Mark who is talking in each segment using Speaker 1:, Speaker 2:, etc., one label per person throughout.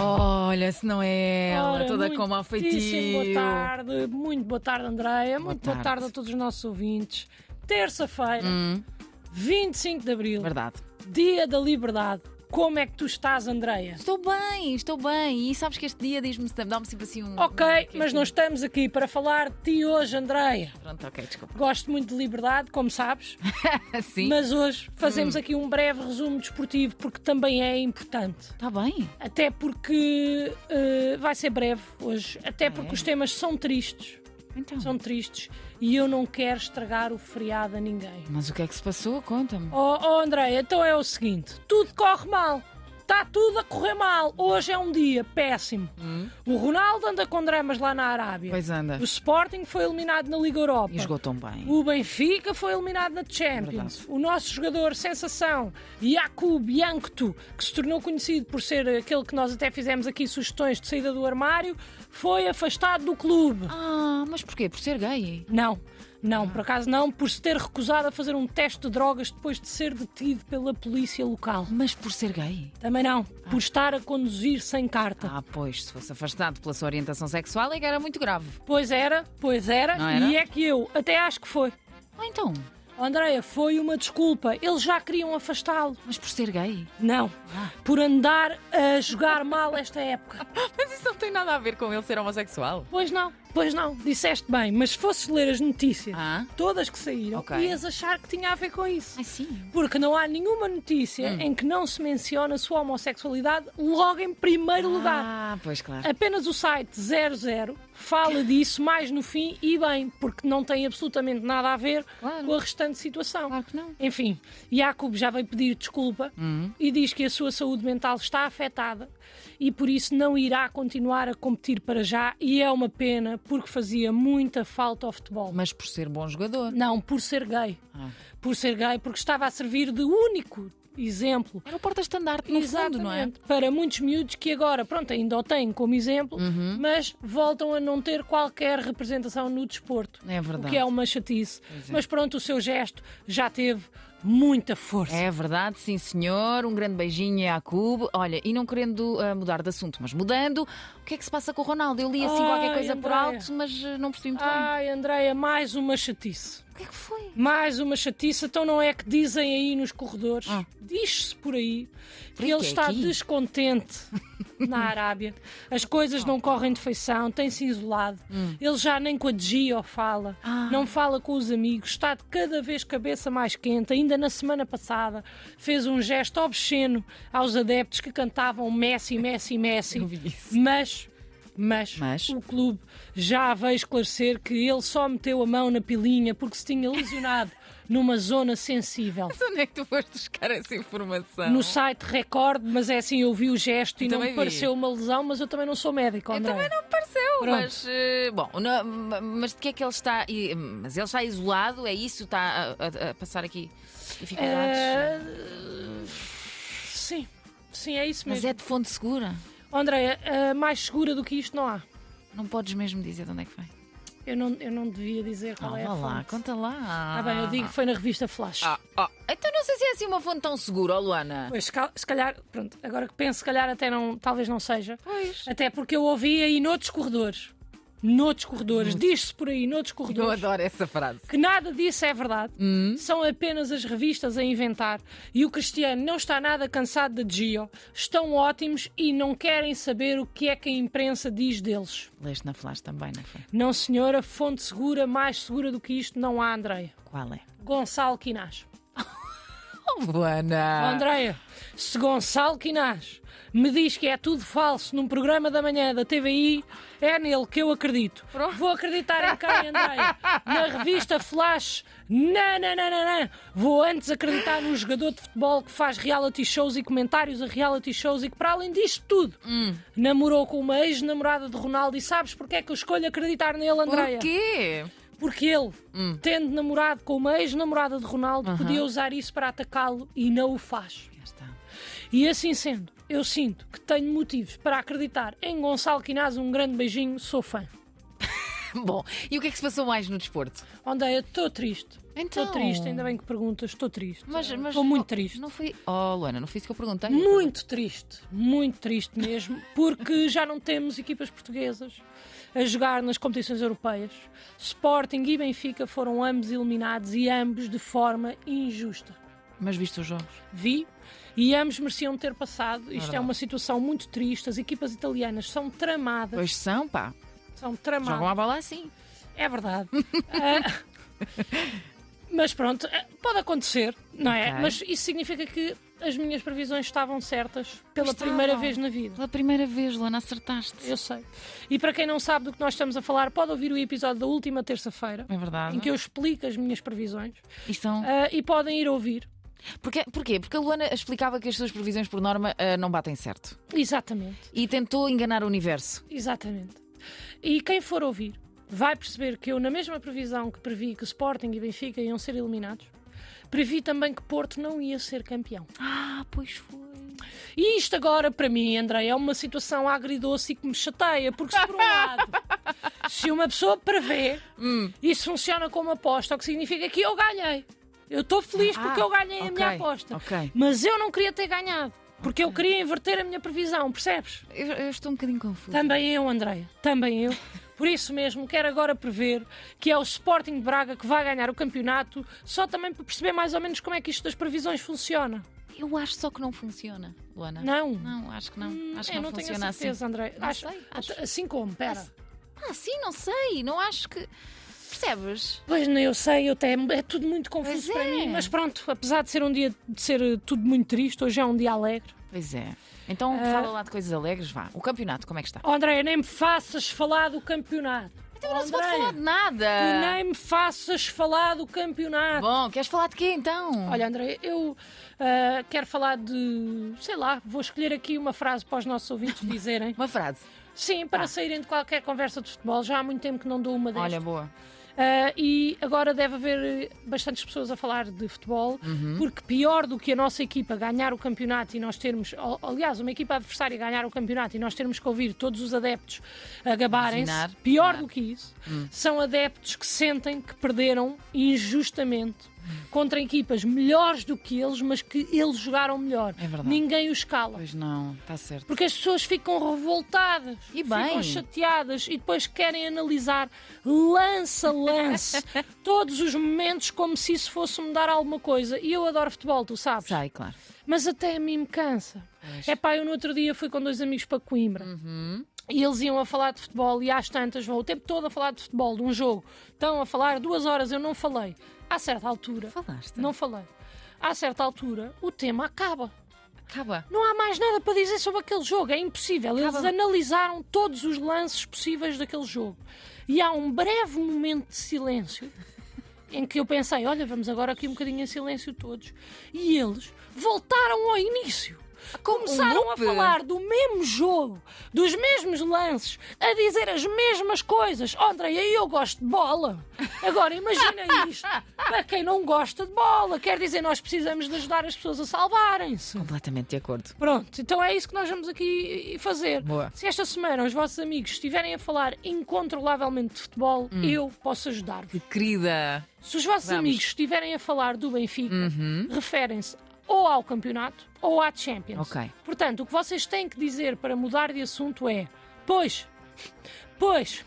Speaker 1: Olha, se não é ela,
Speaker 2: Ora,
Speaker 1: toda
Speaker 2: muito
Speaker 1: como ao
Speaker 2: muitíssimo
Speaker 1: feitio.
Speaker 2: Boa tarde, muito boa tarde, Andréia, muito boa
Speaker 1: tarde.
Speaker 2: tarde. a todos os nossos ouvintes. Terça-feira, 25 de abril,
Speaker 1: Hum, Verdade.
Speaker 2: dia da liberdade. Como é que tu estás, Andréia?
Speaker 1: Estou bem, estou bem. E sabes que este dia diz-me dá-me sempre assim um.
Speaker 2: Ok,
Speaker 1: um-
Speaker 2: mas não estamos aqui para falar de ti hoje, Andréia.
Speaker 1: Pronto, ok, desculpa.
Speaker 2: Gosto muito de liberdade, como sabes,
Speaker 1: Sim. Hum.
Speaker 2: mas hoje fazemos aqui um breve resumo desportivo porque também é importante.
Speaker 1: Está Tá bem.
Speaker 2: Até porque eh, vai ser breve hoje, até
Speaker 1: É.
Speaker 2: porque os temas são tristes.
Speaker 1: Então.
Speaker 2: São tristes e eu não quero estragar o feriado a ninguém.
Speaker 1: Mas o que é que se passou? Conta-me.
Speaker 2: Oh, oh André, então é o seguinte: tudo corre mal. Está tudo a correr mal. Hoje é um dia péssimo. O Ronaldo anda com dramas lá na Arábia.
Speaker 1: Pois é. anda.
Speaker 2: O Sporting foi eliminado na Liga Europa.
Speaker 1: E jogou tão bem.
Speaker 2: O Benfica foi eliminado na Champions.
Speaker 1: Verdade.
Speaker 2: O nosso jogador sensação, Jakub Jankto, que se tornou conhecido por ser aquele que nós até fizemos aqui sugestões de saída do armário, foi afastado do clube.
Speaker 1: Ah, mas porquê? Por ser gay?
Speaker 2: Não,
Speaker 1: Ah.
Speaker 2: não, por acaso não, por se ter recusado a fazer um teste de drogas depois de ser detido pela polícia local.
Speaker 1: Mas por ser gay?
Speaker 2: Também não, por estar a conduzir sem carta.
Speaker 1: Ah, pois, se fosse afastado pela sua orientação sexual é que era muito grave.
Speaker 2: Pois era, pois era,
Speaker 1: Não era?
Speaker 2: e é que eu até acho que foi.
Speaker 1: Ah, então.
Speaker 2: Oh, Andréia, foi uma desculpa. Eles já queriam afastá-lo.
Speaker 1: Mas por ser gay? Ah.
Speaker 2: Não, por andar a jogar mal esta época.
Speaker 1: Mas isso não tem nada a ver com ele ser homossexual.
Speaker 2: Pois não, pois não, disseste bem, mas se fosses ler as notícias,
Speaker 1: Ah.
Speaker 2: todas que saíram,
Speaker 1: Ok.
Speaker 2: ias achar que tinha a ver com isso.
Speaker 1: Ah, sim.
Speaker 2: Porque não há nenhuma notícia
Speaker 1: Hum.
Speaker 2: em que não se menciona a sua homossexualidade logo em primeiro lugar.
Speaker 1: Ah, pois claro.
Speaker 2: Apenas o site 00 fala disso mais no fim e bem, porque não tem absolutamente nada a ver
Speaker 1: Claro.
Speaker 2: com a restante situação.
Speaker 1: Claro que não.
Speaker 2: Enfim, Jacob já veio pedir desculpa
Speaker 1: Hum.
Speaker 2: e diz que a sua saúde mental está afetada e por isso não irá continuar a competir para já e é uma pena porque fazia muita falta ao futebol.
Speaker 1: Mas por ser bom jogador.
Speaker 2: Não, por ser gay.
Speaker 1: Ah.
Speaker 2: Por ser gay, porque estava a servir de único exemplo.
Speaker 1: Era o porta-estandarte no fundo, não é?
Speaker 2: Exatamente. Para muitos miúdos que agora, pronto, ainda o têm como exemplo,
Speaker 1: Uhum.
Speaker 2: mas voltam a não ter qualquer representação no desporto.
Speaker 1: É verdade.
Speaker 2: O que é uma chatice. Mas pronto, o seu gesto já teve muita força.
Speaker 1: É verdade, sim senhor. Um grande beijinho a Cubo. Olha, e não querendo ah, mudar de assunto, mas mudando, o que é que se passa com o Ronaldo? Eu li assim
Speaker 2: Ai,
Speaker 1: qualquer coisa por
Speaker 2: Andréia.
Speaker 1: alto, mas ah, não percebi muito
Speaker 2: Ai, Andréia, mais uma chatice.
Speaker 1: bem. O que é que foi?
Speaker 2: Mais uma chatice, então não é que dizem aí nos corredores,
Speaker 1: Ah.
Speaker 2: diz-se por aí que
Speaker 1: aí
Speaker 2: ele
Speaker 1: que é
Speaker 2: está
Speaker 1: aqui?
Speaker 2: descontente na Arábia, as coisas não correm de feição, tem-se isolado, ele já nem com a Gio fala,
Speaker 1: Hum. Ah.
Speaker 2: não fala com os amigos, está de cada vez cabeça mais quente. Ainda na semana passada fez um gesto obsceno aos adeptos que cantavam Messi, Messi, Messi.
Speaker 1: Eu vi isso.
Speaker 2: Mas, mas,
Speaker 1: Mas?
Speaker 2: o clube já veio esclarecer que ele só meteu a mão na pilinha porque se tinha lesionado numa zona sensível.
Speaker 1: Mas onde é que tu foste buscar essa informação?
Speaker 2: No site Record, mas é assim, eu vi o gesto e não
Speaker 1: Também
Speaker 2: me
Speaker 1: vi.
Speaker 2: pareceu uma lesão, mas eu também não sou médico,
Speaker 1: Eu
Speaker 2: André.
Speaker 1: também não me pareceu,
Speaker 2: Pronto.
Speaker 1: mas eh, bom, não- ma- mas de que é que ele está? e, Mas ele está isolado, é isso? Está a, a- a passar aqui dificuldades?
Speaker 2: Eh, Sim, sim, é isso
Speaker 1: Mas
Speaker 2: mesmo.
Speaker 1: é de fonte segura?
Speaker 2: Andréia, eh, mais segura do que isto não há.
Speaker 1: Não podes mesmo dizer de onde é que foi?
Speaker 2: Eu não, eu não devia dizer qual
Speaker 1: Ah,
Speaker 2: é a
Speaker 1: vá lá,
Speaker 2: fonte.
Speaker 1: conta lá.
Speaker 2: Ah, bem, eu digo que foi na revista Flash.
Speaker 1: Ah, ah, Então não sei se é assim uma fonte tão segura, ó Luana.
Speaker 2: Pois, se cal- se calhar, pronto, agora que penso, se calhar até não, talvez não seja.
Speaker 1: Pois.
Speaker 2: Até porque eu ouvi aí noutros corredores, noutros corredores, diz-se por aí noutros corredores,
Speaker 1: Eu adoro Hum. essa frase.
Speaker 2: que nada disso é verdade. São apenas as revistas a inventar. E o Cristiano não está nada cansado de Gio, estão ótimos e não querem saber o que é que a imprensa diz deles.
Speaker 1: Leste na flash também, não foi?
Speaker 2: Não, senhora, fonte segura, mais segura do que isto, não há, Andreia.
Speaker 1: Qual é?
Speaker 2: Gonçalo Quinás.
Speaker 1: Oh, Luana!
Speaker 2: Andréia, se Gonçalo Quinás me diz que é tudo falso num programa da manhã da TVI, é nele que eu acredito. Vou acreditar em quem, Andréia? Na revista Flash? Não, não, não, não, não. Vou antes acreditar num jogador de futebol que faz reality shows e comentários a reality shows e que, para além disto tudo, namorou com uma ex-namorada de Ronaldo e sabes porque é que eu escolho acreditar nele, Andréia?
Speaker 1: Porquê?
Speaker 2: Porque ele, tendo namorado com uma ex-namorada de Ronaldo, podia usar isso para atacá-lo e não o faz.
Speaker 1: Já está.
Speaker 2: E assim sendo, eu sinto que tenho motivos para acreditar em Gonçalo Quinaz. Um grande beijinho, sou fã.
Speaker 1: Bom, e o que é que se passou mais no desporto?
Speaker 2: Ondeia, estou triste.
Speaker 1: Então.
Speaker 2: Estou triste, ainda bem que perguntas, estou triste.
Speaker 1: Mas, mas
Speaker 2: estou muito
Speaker 1: oh,
Speaker 2: triste.
Speaker 1: Não foi. Oh, Luana, não foi isso que eu perguntei.
Speaker 2: Muito triste, muito triste mesmo, porque já não temos equipas portuguesas a jogar nas competições europeias. Sporting e Benfica foram ambos eliminados e ambos de forma injusta.
Speaker 1: Mas viste os jogos?
Speaker 2: Vi e ambos mereciam ter passado. Isto é
Speaker 1: Verdade.
Speaker 2: uma situação muito triste. As equipas italianas são tramadas,
Speaker 1: Pois são, pá.
Speaker 2: são tramadas.
Speaker 1: Jogam a bola assim.
Speaker 2: É verdade. Ah, mas pronto, ah, pode acontecer, não é?
Speaker 1: Ok.
Speaker 2: Mas isso significa que as minhas previsões estavam certas pela
Speaker 1: Estavam.
Speaker 2: primeira vez na vida.
Speaker 1: Pela primeira vez, Luana, acertaste.
Speaker 2: Eu sei. E para quem não sabe do que nós estamos a falar, pode ouvir o episódio da última terça-feira,
Speaker 1: É verdade.
Speaker 2: em que eu explico as minhas previsões.
Speaker 1: E são-
Speaker 2: Ah, e podem ir ouvir.
Speaker 1: Porquê? Porquê? Porque a Luana explicava que as suas previsões, por norma, ah, não batem certo.
Speaker 2: Exatamente,
Speaker 1: E tentou enganar o universo.
Speaker 2: exatamente. E quem for ouvir vai perceber que eu, na mesma previsão que previ que Sporting e Benfica iam ser eliminados, previ também que Porto não ia ser campeão.
Speaker 1: Ah, pois foi.
Speaker 2: E isto agora, para mim, André, é uma situação agridoce e que me chateia, porque se por um lado, se uma pessoa prevê,
Speaker 1: Hum.
Speaker 2: isso funciona como aposta, o que significa que eu ganhei. Eu estou feliz porque
Speaker 1: Ah,
Speaker 2: eu ganhei a
Speaker 1: ok,
Speaker 2: minha aposta.
Speaker 1: ok.
Speaker 2: Mas eu não queria ter ganhado, porque eu queria inverter a minha previsão, percebes?
Speaker 1: Eu, eu estou um bocadinho confusa.
Speaker 2: Também eu, Andréia, também eu. Por isso mesmo, quero agora prever que é o Sporting de Braga que vai ganhar o campeonato, só também para perceber mais ou menos como é que isto das previsões funciona.
Speaker 1: Eu acho só que não funciona, Luana.
Speaker 2: Não. Hum,
Speaker 1: Não, acho que não. acho que
Speaker 2: eu
Speaker 1: não,
Speaker 2: não tenho
Speaker 1: funciona assim.
Speaker 2: a certeza, André.
Speaker 1: Não
Speaker 2: Acho-
Speaker 1: sei, acho.
Speaker 2: Assim como, pera.
Speaker 1: assim. Ah, sim, não sei. Não acho que. Percebes?
Speaker 2: Pois não, eu sei, eu até, é tudo muito
Speaker 1: Pois
Speaker 2: confuso para
Speaker 1: é.
Speaker 2: mim, mas pronto, apesar de ser um dia de ser eh, tudo muito triste, hoje é um dia alegre.
Speaker 1: Pois é. Então
Speaker 2: Ah.
Speaker 1: fala lá de coisas alegres, vá. O campeonato, como é que está?
Speaker 2: Oh, André, nem me faças falar do campeonato. Oh,
Speaker 1: Então não se pode
Speaker 2: Andréia,
Speaker 1: falar de nada.
Speaker 2: tu nem me faças falar do campeonato.
Speaker 1: Bom, queres falar de quê então?
Speaker 2: Olha, André, eu eh, quero falar de, sei lá, vou escolher aqui uma frase para os nossos ouvintes dizerem.
Speaker 1: Uma frase.
Speaker 2: Sim, para saírem de qualquer conversa de futebol, já há muito tempo que não dou uma destas.
Speaker 1: Olha, boa.
Speaker 2: Uh, e agora deve haver uh, bastantes pessoas a falar de futebol,
Speaker 1: Uhum.
Speaker 2: porque pior do que a nossa equipa ganhar o campeonato e nós termos, al- aliás, uma equipa adversária ganhar o campeonato e nós termos que ouvir todos os adeptos a gabarem-se,
Speaker 1: Buzinar,
Speaker 2: pior
Speaker 1: claro.
Speaker 2: do que isso,
Speaker 1: Hum.
Speaker 2: são adeptos que sentem que perderam injustamente contra equipas melhores do que eles, mas que eles jogaram melhor.
Speaker 1: É verdade.
Speaker 2: Ninguém os cala.
Speaker 1: Pois não, está certo.
Speaker 2: Porque as pessoas ficam revoltadas,
Speaker 1: E bem.
Speaker 2: ficam chateadas e depois querem analisar lance a lance todos os momentos como se isso fosse mudar alguma coisa. E eu adoro futebol, tu sabes.
Speaker 1: Sai, claro.
Speaker 2: Mas até a mim me cansa. É pá, eu no outro dia fui com dois amigos para Coimbra. E eles iam a falar de futebol e às tantas vão o tempo todo a falar de futebol, de um jogo. Estão a falar duas horas, eu não falei. A certa altura,
Speaker 1: Falaste.
Speaker 2: não falei. A certa altura, o tema acaba.
Speaker 1: Acaba.
Speaker 2: Não há mais nada para dizer sobre aquele jogo, é impossível. Eles
Speaker 1: Acaba-
Speaker 2: analisaram todos os lances possíveis daquele jogo. E há um breve momento de silêncio em que eu pensei: olha, vamos agora aqui um bocadinho em silêncio todos. E eles voltaram ao início. Começaram a
Speaker 1: loop?
Speaker 2: falar do mesmo jogo, dos mesmos lances, a dizer as mesmas coisas. Oh, Andréia, eu gosto de bola. Agora imagina isto. Para quem não gosta de bola, quer dizer, nós precisamos de ajudar as pessoas a salvarem-se.
Speaker 1: Completamente de acordo.
Speaker 2: Pronto, então é isso que nós vamos aqui eh, fazer.
Speaker 1: Boa.
Speaker 2: Se esta semana os vossos amigos estiverem a falar incontrolavelmente de futebol, eu posso ajudar-vos.
Speaker 1: Que querida.
Speaker 2: Se os vossos
Speaker 1: Hum. Vamos. Uhum.
Speaker 2: amigos estiverem a falar do Benfica, referem-se ou ao campeonato ou à Champions.
Speaker 1: Ok.
Speaker 2: Portanto, o que vocês têm que dizer para mudar de assunto é: pois, pois,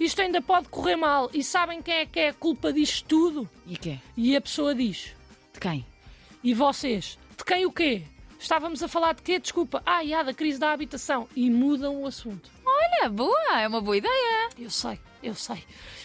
Speaker 2: isto ainda pode correr mal e sabem quem é que é a culpa disto tudo?
Speaker 1: E quê?
Speaker 2: E a pessoa diz:
Speaker 1: De quem?
Speaker 2: e vocês? De quem o quê? Estávamos a falar de quê? Desculpa. Ah, e há da crise da habitação. E mudam o assunto.
Speaker 1: Olha, boa, é uma boa ideia.
Speaker 2: Eu sei, eu sei.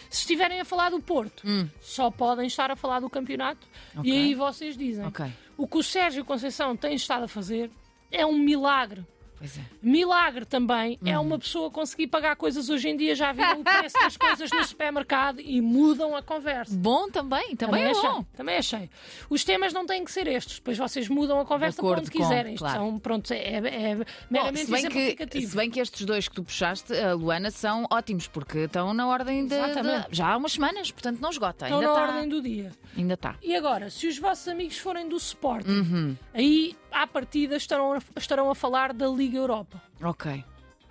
Speaker 2: Se estiverem a falar do Porto, só podem estar a falar do campeonato.
Speaker 1: Hum. Ok.
Speaker 2: E aí vocês dizem.
Speaker 1: Ok.
Speaker 2: O que o Sérgio Conceição tem estado a fazer é um milagre.
Speaker 1: Pois é.
Speaker 2: Milagre também é
Speaker 1: Uhum.
Speaker 2: uma pessoa conseguir pagar coisas hoje em dia. Já viram o preço das coisas no supermercado e mudam a conversa.
Speaker 1: Bom também, também, é
Speaker 2: achei,
Speaker 1: bom.
Speaker 2: Também achei. Os temas não têm que ser estes, depois vocês mudam a conversa para
Speaker 1: acordo
Speaker 2: onde
Speaker 1: com,
Speaker 2: quiserem. Isto
Speaker 1: claro.
Speaker 2: são, pronto, é, é- é
Speaker 1: Bom,
Speaker 2: meramente
Speaker 1: se, bem que,
Speaker 2: exemplificativo.
Speaker 1: se bem que estes dois que tu puxaste, a Luana, são ótimos, porque estão na ordem de,
Speaker 2: Exatamente.
Speaker 1: de- Já há umas semanas, portanto não esgota.
Speaker 2: Estão
Speaker 1: ainda tá-
Speaker 2: na
Speaker 1: está.
Speaker 2: É ordem do dia.
Speaker 1: Ainda tá. está.
Speaker 2: E agora, se os vossos amigos forem do Sporting,
Speaker 1: Uhum.
Speaker 2: aí à partida estarão a, estarão a falar da Liga Europa.
Speaker 1: Ok.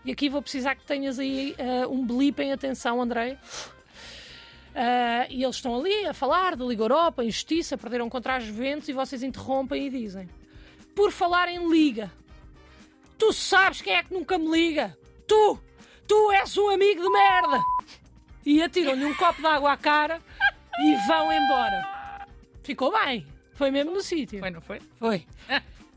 Speaker 2: E aqui vou precisar que tenhas aí eh, um blip em atenção, André. Ah, e eles estão ali a falar da Liga Europa, injustiça, perderam contra as Juventus e vocês interrompem e dizem: Por falar em Liga, tu sabes quem é que nunca me liga? Tu! Tu és um amigo de merda! E atiram-lhe um copo de água à cara e vão embora. Ficou bem, foi mesmo no sítio.
Speaker 1: Foi, não foi?
Speaker 2: Foi.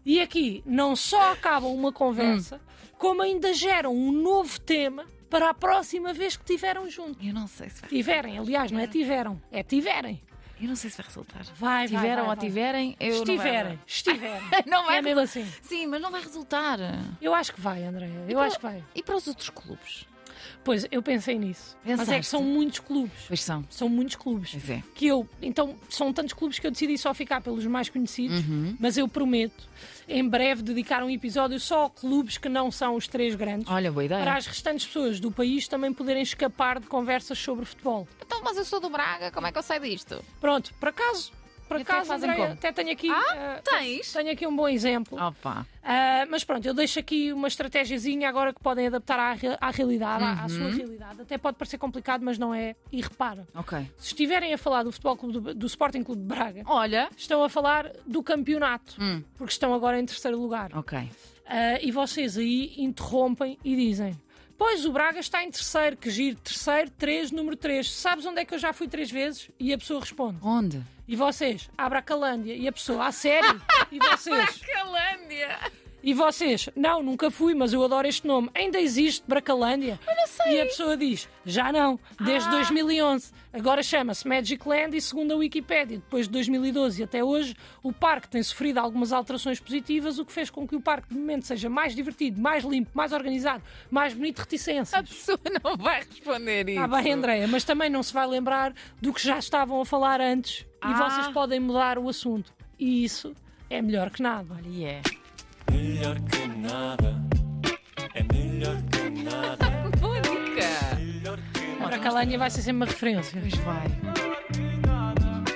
Speaker 2: E aqui não só acabam uma conversa, como ainda geram um novo tema para a próxima vez que tiveram juntos.
Speaker 1: Eu não sei se vai,
Speaker 2: Tiverem, aliás, não é tiveram, é tiverem.
Speaker 1: eu não sei se vai resultar.
Speaker 2: Vai, vai,
Speaker 1: tiveram
Speaker 2: vai,
Speaker 1: ou
Speaker 2: vai.
Speaker 1: tiverem, eu não vai
Speaker 2: Estiverem,
Speaker 1: dar.
Speaker 2: estiverem.
Speaker 1: Não vai
Speaker 2: é mesmo assim.
Speaker 1: Sim, mas não vai resultar.
Speaker 2: Eu acho que vai, André.
Speaker 1: Então
Speaker 2: Eu acho que vai.
Speaker 1: E para os outros clubes?
Speaker 2: Pois, eu pensei nisso. Mas é que
Speaker 1: Pensaste?
Speaker 2: são muitos clubes.
Speaker 1: Pois são.
Speaker 2: São muitos clubes.
Speaker 1: Pois é.
Speaker 2: que eu, então, são tantos clubes que eu decidi só ficar pelos mais conhecidos,
Speaker 1: Uhum.
Speaker 2: mas eu prometo, em breve, dedicar um episódio só a clubes que não são os três grandes,
Speaker 1: Olha, boa ideia.
Speaker 2: para as restantes pessoas do país também poderem escapar de conversas sobre futebol.
Speaker 1: Então, mas eu sou do Braga, como é que eu saio disto?
Speaker 2: Pronto, por acaso, por
Speaker 1: Até
Speaker 2: acaso,
Speaker 1: fazem
Speaker 2: Andreia,
Speaker 1: como? Ah,
Speaker 2: até tenho aqui, eh,
Speaker 1: Tens?
Speaker 2: tenho aqui um bom exemplo.
Speaker 1: Opa.
Speaker 2: Ah, mas pronto, eu deixo aqui uma estratégiazinha agora que podem adaptar à, re- à realidade, à, à sua
Speaker 1: Uhum.
Speaker 2: realidade. Até pode parecer complicado, mas não é. E repara,
Speaker 1: Ok.
Speaker 2: se estiverem a falar do Futebol Clube do, do Sporting Clube de Braga,
Speaker 1: Olha.
Speaker 2: estão a falar do campeonato,
Speaker 1: Hum.
Speaker 2: porque estão agora em terceiro lugar.
Speaker 1: Ok.
Speaker 2: Ah, e vocês aí interrompem e dizem: Pois o Braga está em terceiro, que giro, terceiro, três, número três. Sabes onde é que eu já fui três vezes? E a pessoa responde.
Speaker 1: Onde?
Speaker 2: E vocês, abra a Calândia. E a pessoa, a sério? E vocês,
Speaker 1: Calândia!
Speaker 2: e vocês, não, nunca fui, mas eu adoro este nome. Ainda existe Bracalândia? Eu não sei. Ah. E a pessoa diz, já não, desde 2011. Agora chama-se Magic Land e segundo a Wikipédia, depois de 2012 e até hoje, o parque tem sofrido algumas alterações positivas, o que fez com que o parque de momento seja mais divertido, mais limpo, mais organizado, mais bonito, reticência.
Speaker 1: A pessoa não vai responder isso.
Speaker 2: Está Tá bem, Andréia, mas também não se vai lembrar do que já estavam a falar antes e
Speaker 1: Ah.
Speaker 2: vocês podem mudar o assunto. E isso é melhor que nada.
Speaker 1: Olha, e é.
Speaker 3: Melhor que nada. É melhor que nada.
Speaker 1: Boa dica!
Speaker 3: Melhor que
Speaker 2: Bracalândia vai ser sempre uma referência.
Speaker 1: Pois vai.